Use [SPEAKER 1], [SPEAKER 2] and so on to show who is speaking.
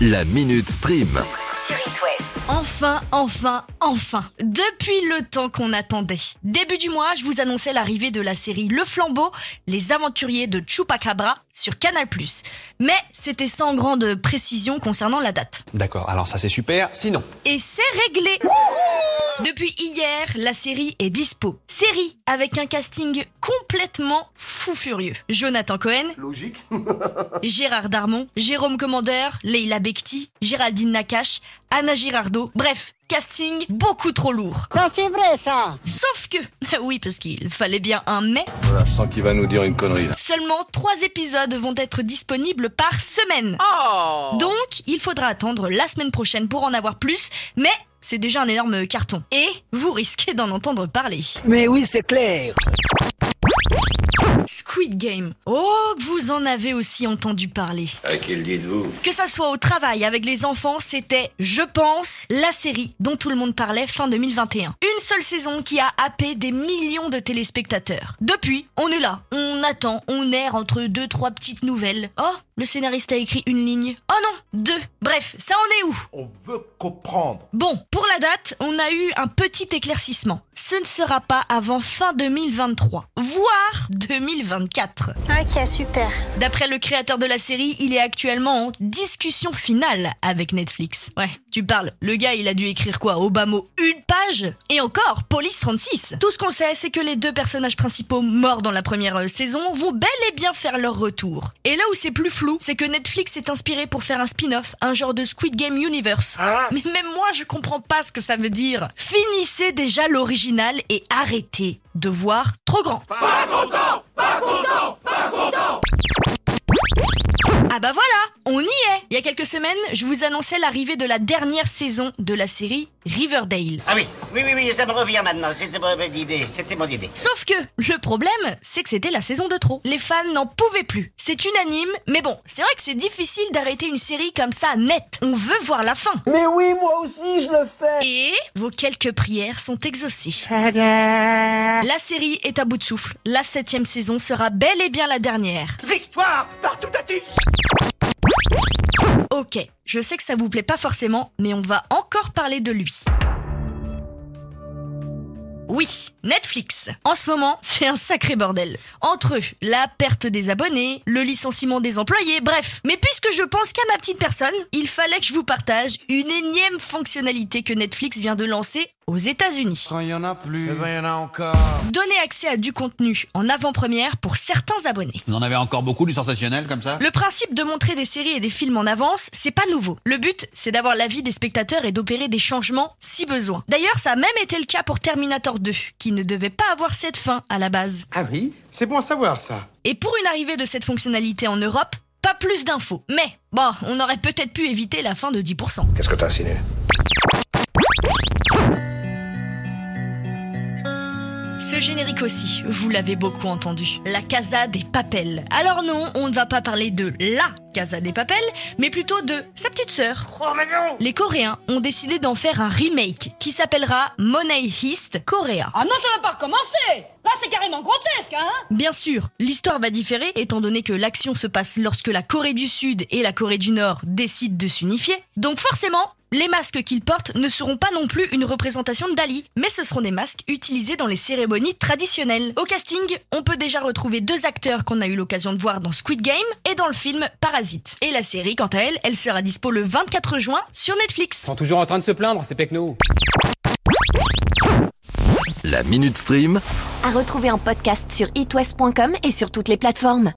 [SPEAKER 1] La Minute Stream.
[SPEAKER 2] sur It West.
[SPEAKER 3] Enfin, enfin, enfin Depuis le temps qu'on attendait. Début du mois, je vous annonçais l'arrivée de la série Le Flambeau, Les Aventuriers de Chupacabra sur Canal+. Mais c'était sans grande précision concernant la date.
[SPEAKER 4] D'accord, alors ça c'est super. Sinon,
[SPEAKER 3] Et c'est réglé Depuis hier, la série est dispo. Série avec un casting complètement fou furieux. Jonathan Cohen,
[SPEAKER 5] Logique.
[SPEAKER 3] Gérard Darmon, Jérôme Commandeur, Leila Bekti, Géraldine Nakache, Anna Girardot. Bref, casting beaucoup trop lourd.
[SPEAKER 6] Ça, c'est vrai, ça.
[SPEAKER 3] Sauf que, oui, parce qu'il fallait bien un mais,
[SPEAKER 5] je sens qu'il va nous dire une connerie là.
[SPEAKER 3] seulement trois épisodes vont être disponibles par semaine. Donc, il faudra attendre la semaine prochaine pour en avoir plus, mais c'est déjà un énorme carton. Et vous risquez d'en entendre parler.
[SPEAKER 6] Mais oui, c'est clair.
[SPEAKER 3] Squid Game. Oh, que vous en avez aussi entendu parler.
[SPEAKER 5] À qui le dites-vous
[SPEAKER 3] Que ça soit au travail avec les enfants, c'était, je pense, la série dont tout le monde parlait fin 2021. Une seule saison qui a happé des millions de téléspectateurs. Depuis, on est là, on attend, on erre entre deux, trois petites nouvelles. Oh, le scénariste a écrit une ligne. Oh non, deux. Bref, ça en est où
[SPEAKER 7] on veut comprendre.
[SPEAKER 3] Bon, pour la date, on a eu un petit éclaircissement. Ce ne sera pas avant fin 2023, voire 2024.
[SPEAKER 8] Ok, super.
[SPEAKER 3] D'après le créateur de la série, il est actuellement en discussion finale avec Netflix. Ouais, tu parles. Le gars, il a dû écrire quoi Au bas mot, une page Et encore, Police 36. Tout ce qu'on sait, c'est que les deux personnages principaux morts dans la première euh, saison vont bel et bien faire leur retour. Et là où c'est plus flou, c'est que Netflix s'est inspiré pour faire un spin-off, un genre de Squid Game Universe. Mais même moi, je comprends pas ce que ça veut dire. Finissez déjà l'original et arrêtez de voir trop grand. Ah bah voilà, on y est Il y a quelques semaines, je vous annonçais l'arrivée de la dernière saison de la série Riverdale.
[SPEAKER 9] Ah oui, oui, oui, oui, ça me revient maintenant. C'était mon idée. C'était mon idée.
[SPEAKER 3] Sauf que le problème, c'est que c'était la saison de trop. Les fans n'en pouvaient plus. C'est unanime, mais bon, c'est vrai que c'est difficile d'arrêter une série comme ça net. On veut voir la fin.
[SPEAKER 6] Mais oui, moi aussi, je le fais.
[SPEAKER 3] Et vos quelques prières sont exaucées. La série est à bout de souffle. La septième saison sera bel et bien la dernière.
[SPEAKER 7] Victoire par tout attaque
[SPEAKER 3] Ok, je sais que ça vous plaît pas forcément, mais on va encore parler de lui. Oui, Netflix. En ce moment, c'est un sacré bordel. Entre eux, la perte des abonnés, le licenciement des employés, bref. Mais puisque je pense qu'à ma petite personne, il fallait que je vous partage une énième fonctionnalité que Netflix vient de lancer aux États-Unis.
[SPEAKER 7] Quand il y en a plus, eh ben il y en a encore.
[SPEAKER 3] Donner accès à du contenu en avant-première pour certains abonnés.
[SPEAKER 4] vous en avez encore beaucoup du sensationnel comme ça
[SPEAKER 3] Le principe de montrer des séries et des films en avance, c'est pas nouveau. Le but, c'est d'avoir l'avis des spectateurs et d'opérer des changements si besoin. D'ailleurs, ça a même été le cas pour Terminator 2, qui ne devait pas avoir cette fin à la base.
[SPEAKER 10] Ah oui C'est bon à savoir ça.
[SPEAKER 3] Et pour une arrivée de cette fonctionnalité en Europe, pas plus d'infos. Mais, bon, on aurait peut-être pu éviter la fin de 10%.
[SPEAKER 5] Qu'est-ce que t'as insinué
[SPEAKER 3] Ce générique aussi, vous l'avez beaucoup entendu. La Casa des Papels. Alors non, on ne va pas parler de la Casa des Papels, mais plutôt de sa petite sœur. Les Coréens ont décidé d'en faire un remake qui s'appellera Money Heist Korea.
[SPEAKER 11] Ah non, ça va pas recommencer Là, c'est carrément grotesque, hein
[SPEAKER 3] Bien sûr, l'histoire va différer étant donné que l'action se passe lorsque la Corée du Sud et la Corée du Nord décident de s'unifier. Donc forcément, les masques qu'ils portent ne seront pas non plus une représentation de Dali, mais ce seront des masques utilisés dans les cérémonies traditionnelles. Au casting, on peut déjà retrouver deux acteurs qu'on a eu l'occasion de voir dans Squid Game et dans le film Parasite. Et la série, quant à elle, elle sera dispo le 24 juin sur Netflix.
[SPEAKER 12] sont toujours en train de se plaindre, c'est nous.
[SPEAKER 1] La Minute Stream.
[SPEAKER 2] À retrouver en podcast sur itwest.com et sur toutes les plateformes.